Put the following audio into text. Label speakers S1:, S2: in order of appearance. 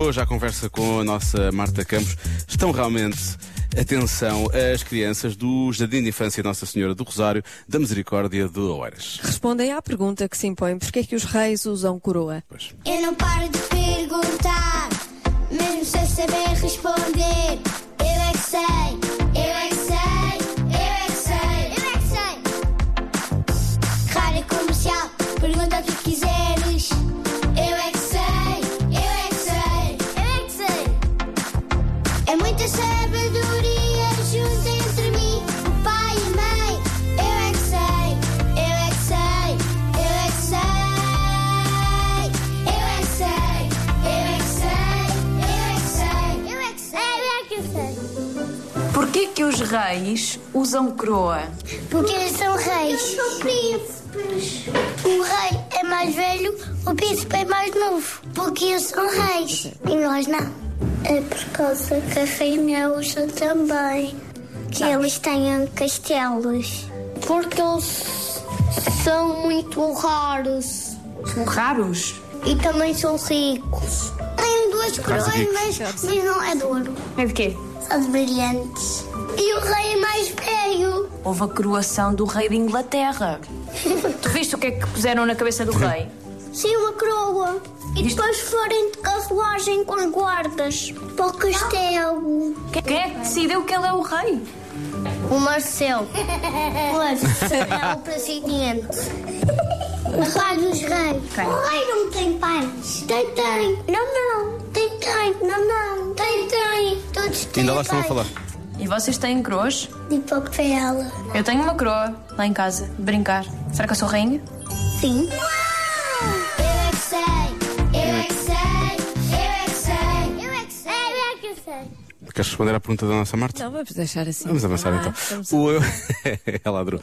S1: Hoje à conversa com a nossa Marta Campos estão realmente atenção as crianças do Jardim de Infância Nossa Senhora do Rosário da Misericórdia de Oeiras.
S2: Respondem à pergunta que se impõe: porquê é que os reis usam coroa?
S1: Pois.
S3: Eu não paro de perguntar, mesmo sem saber responder. Eu é que sei, eu é que sei, eu é que sei, eu é que sei. Rádio comercial, pergunta o que quiseres. Eu é que sei, eu é que sei, eu é que sei. É muita sabedoria junto e entre mim, o pai e a mãe. Eu é que sei, eu é que sei, eu é que sei. Eu é que sei, eu é que sei, eu é que sei, eu é que sei, eu é que sei.
S4: Porquê que os reis usam coroa?
S3: Porque eles são reis. Eles são príncipes. O rei é mais velho, o príncipe é mais novo. Porque eles são reis. E nós não. É por causa que a rainha usa também. Que eles tenham castelos. Porque eles são muito raros.
S4: São raros?
S3: E também são ricos. Tem duas coroas,
S1: rico.
S3: mas, mas não é de ouro.
S4: É de quê?
S3: São de brilhantes. E o rei é mais velho.
S4: Houve a coroação do rei de Inglaterra. tu viste o que é que puseram na cabeça do rei?
S3: Sim, uma coroa. E depois forem de carruagem com guardas para o castelo.
S4: Quem- Quem é que decidiu que ele é o rei?
S3: O Marcelo. O Marcelo é o presidente. O pai dos reis.
S4: Quem?
S3: O rei não tem pais. Tem, tem. Não, não. Tem, tem. Não, não. Tem, tem. Todos têm
S1: Ainda lá estão a
S3: pais.
S1: falar.
S4: E vocês têm coroas?
S3: De papel.
S4: Eu tenho uma coroa lá em casa, de brincar. Será que eu sou rainha?
S3: Sim. Eu é que sei. Eu é que sei. Eu é que sei. Eu é que sei. Eu é que sei.
S1: Queres responder à pergunta da nossa Marta?
S2: Não, vamos Então, deixar assim.
S1: Vamos avançar
S2: Ah,
S1: então.
S2: vamos-
S1: O eu... Ela adorou.